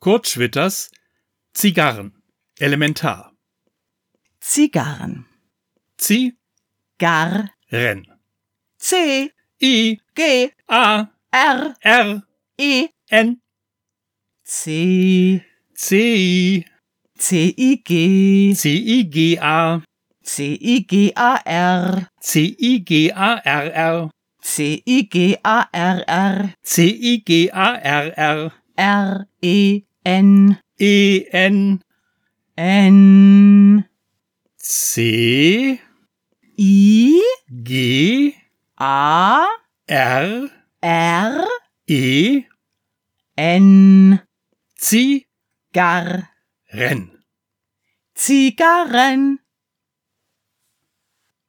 Kurzschwitters Zigarren. Elementar. Zigarren. Zi Gar. Renn. C. I G. A R. R E. N C. C I C. I. G. C I G A C. I. G. A. R. C I G A R R C. I. G. A. R. R. C I G A R R R. E. N. E N N. C I. G A. R R. E N. Zigarren. Gar. Zigarren.